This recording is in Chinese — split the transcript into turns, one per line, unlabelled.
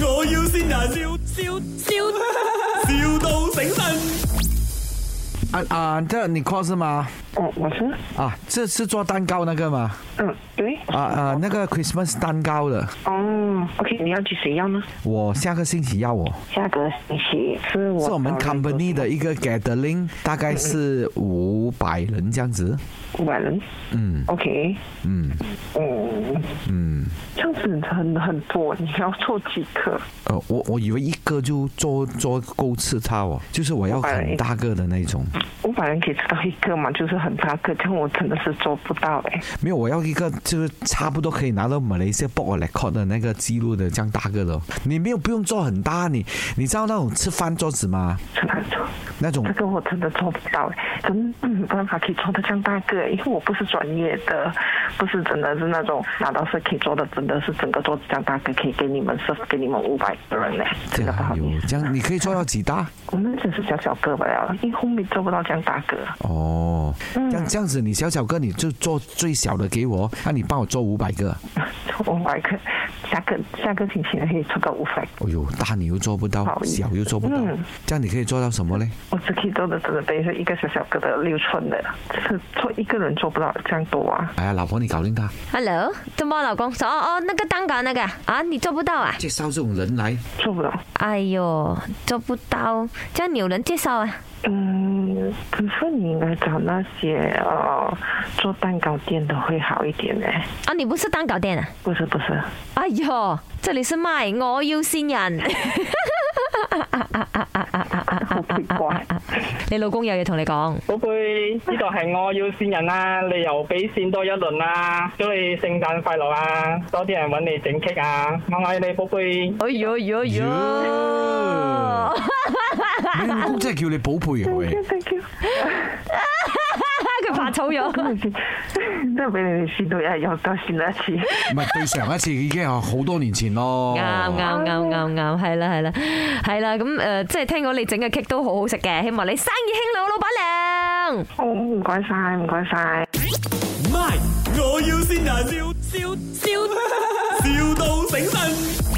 要先人，笑笑笑，,笑到醒神。
啊啊，这你 call 是吗？
哦，我是，
啊，这是做蛋糕那个吗？
嗯，对，
啊啊，那个 Christmas 蛋糕的，
哦，OK，你要去谁要呢？
我下个星期要哦，
下个星期是我
是我们 company 的一个 gathering，大概是五百人这样子。
五百人
嗯
，OK，
嗯
嗯，
嗯，
这样子很很多，你要做几个？
呃，我我以为一个就做做够吃它哦，就是我要很大个的那种，
五百人可以吃到一个嘛，就是很大个，这样我真的是做不到哎、
没有，我要一个就是差不多可以拿到马来西亚 b o record 的那个记录的这样大个的哦，你没有不用做很大，你你知道那种吃饭桌子吗？
真的做，
那种
这个我真的做不到哎、真的没办法可以做到这样大个、因为我不是专业的，不是真的是那种拿到是可以做的，真的是整个桌子这样大个，可以给你们 serve 给你们五百个人呢、
这
真的不好
样
意
有
思。
哎这样，你可以做到几大？
我们只是小小个不了，因为后面做不到这样大个。
哦，
嗯
这样这样子，你小小个你就做最小的给我，那、你帮我做五百个。
五百个，下个下个星期可以做到五百个，
哦呦，大你又做不到
好，
小又做不到
嗯，
这样你可以做到什么嘞？
我只可以做的真的等于是一个小小个的六寸的，就是做一个人做不到这样多啊。
哎呀，老婆你搞定他，
Hello，怎么老公说哦哦那个蛋糕那个啊，你做不到啊？
介绍这种人来，
做不到。
哎呦，做不到，这样有人介绍啊？
嗯，可是你应该找那些呃做蛋糕店的会好一点呢。
啊，你不是蛋糕店啊？
不是不是，
哎呦，这里是卖我要先人，
好奇怪。
你老公有嘢同你講。
寶貝，呢度係我要線人啦、你又俾線多一輪啦、祝你聖誕快樂啊！多啲人揾你整 cake 啊！我愛你，寶貝。
哎呦哎呦哎呦！
哟你老公真係叫你寶貝佢。
Thank you，
佢怕醜咗。
真係俾你哋試到又又再試多一次。
唔係對上一次已經係好多年前咯。
啱啱啱啱啱，係啦係啦係啦，咁诶，誒即係聽講你整嘅 cake 都好好食嘅，希望你生意興隆，老闆娘。
好，哦唔該晒，唔該晒。
卖，我要先人，笑笑笑，,笑到醒神。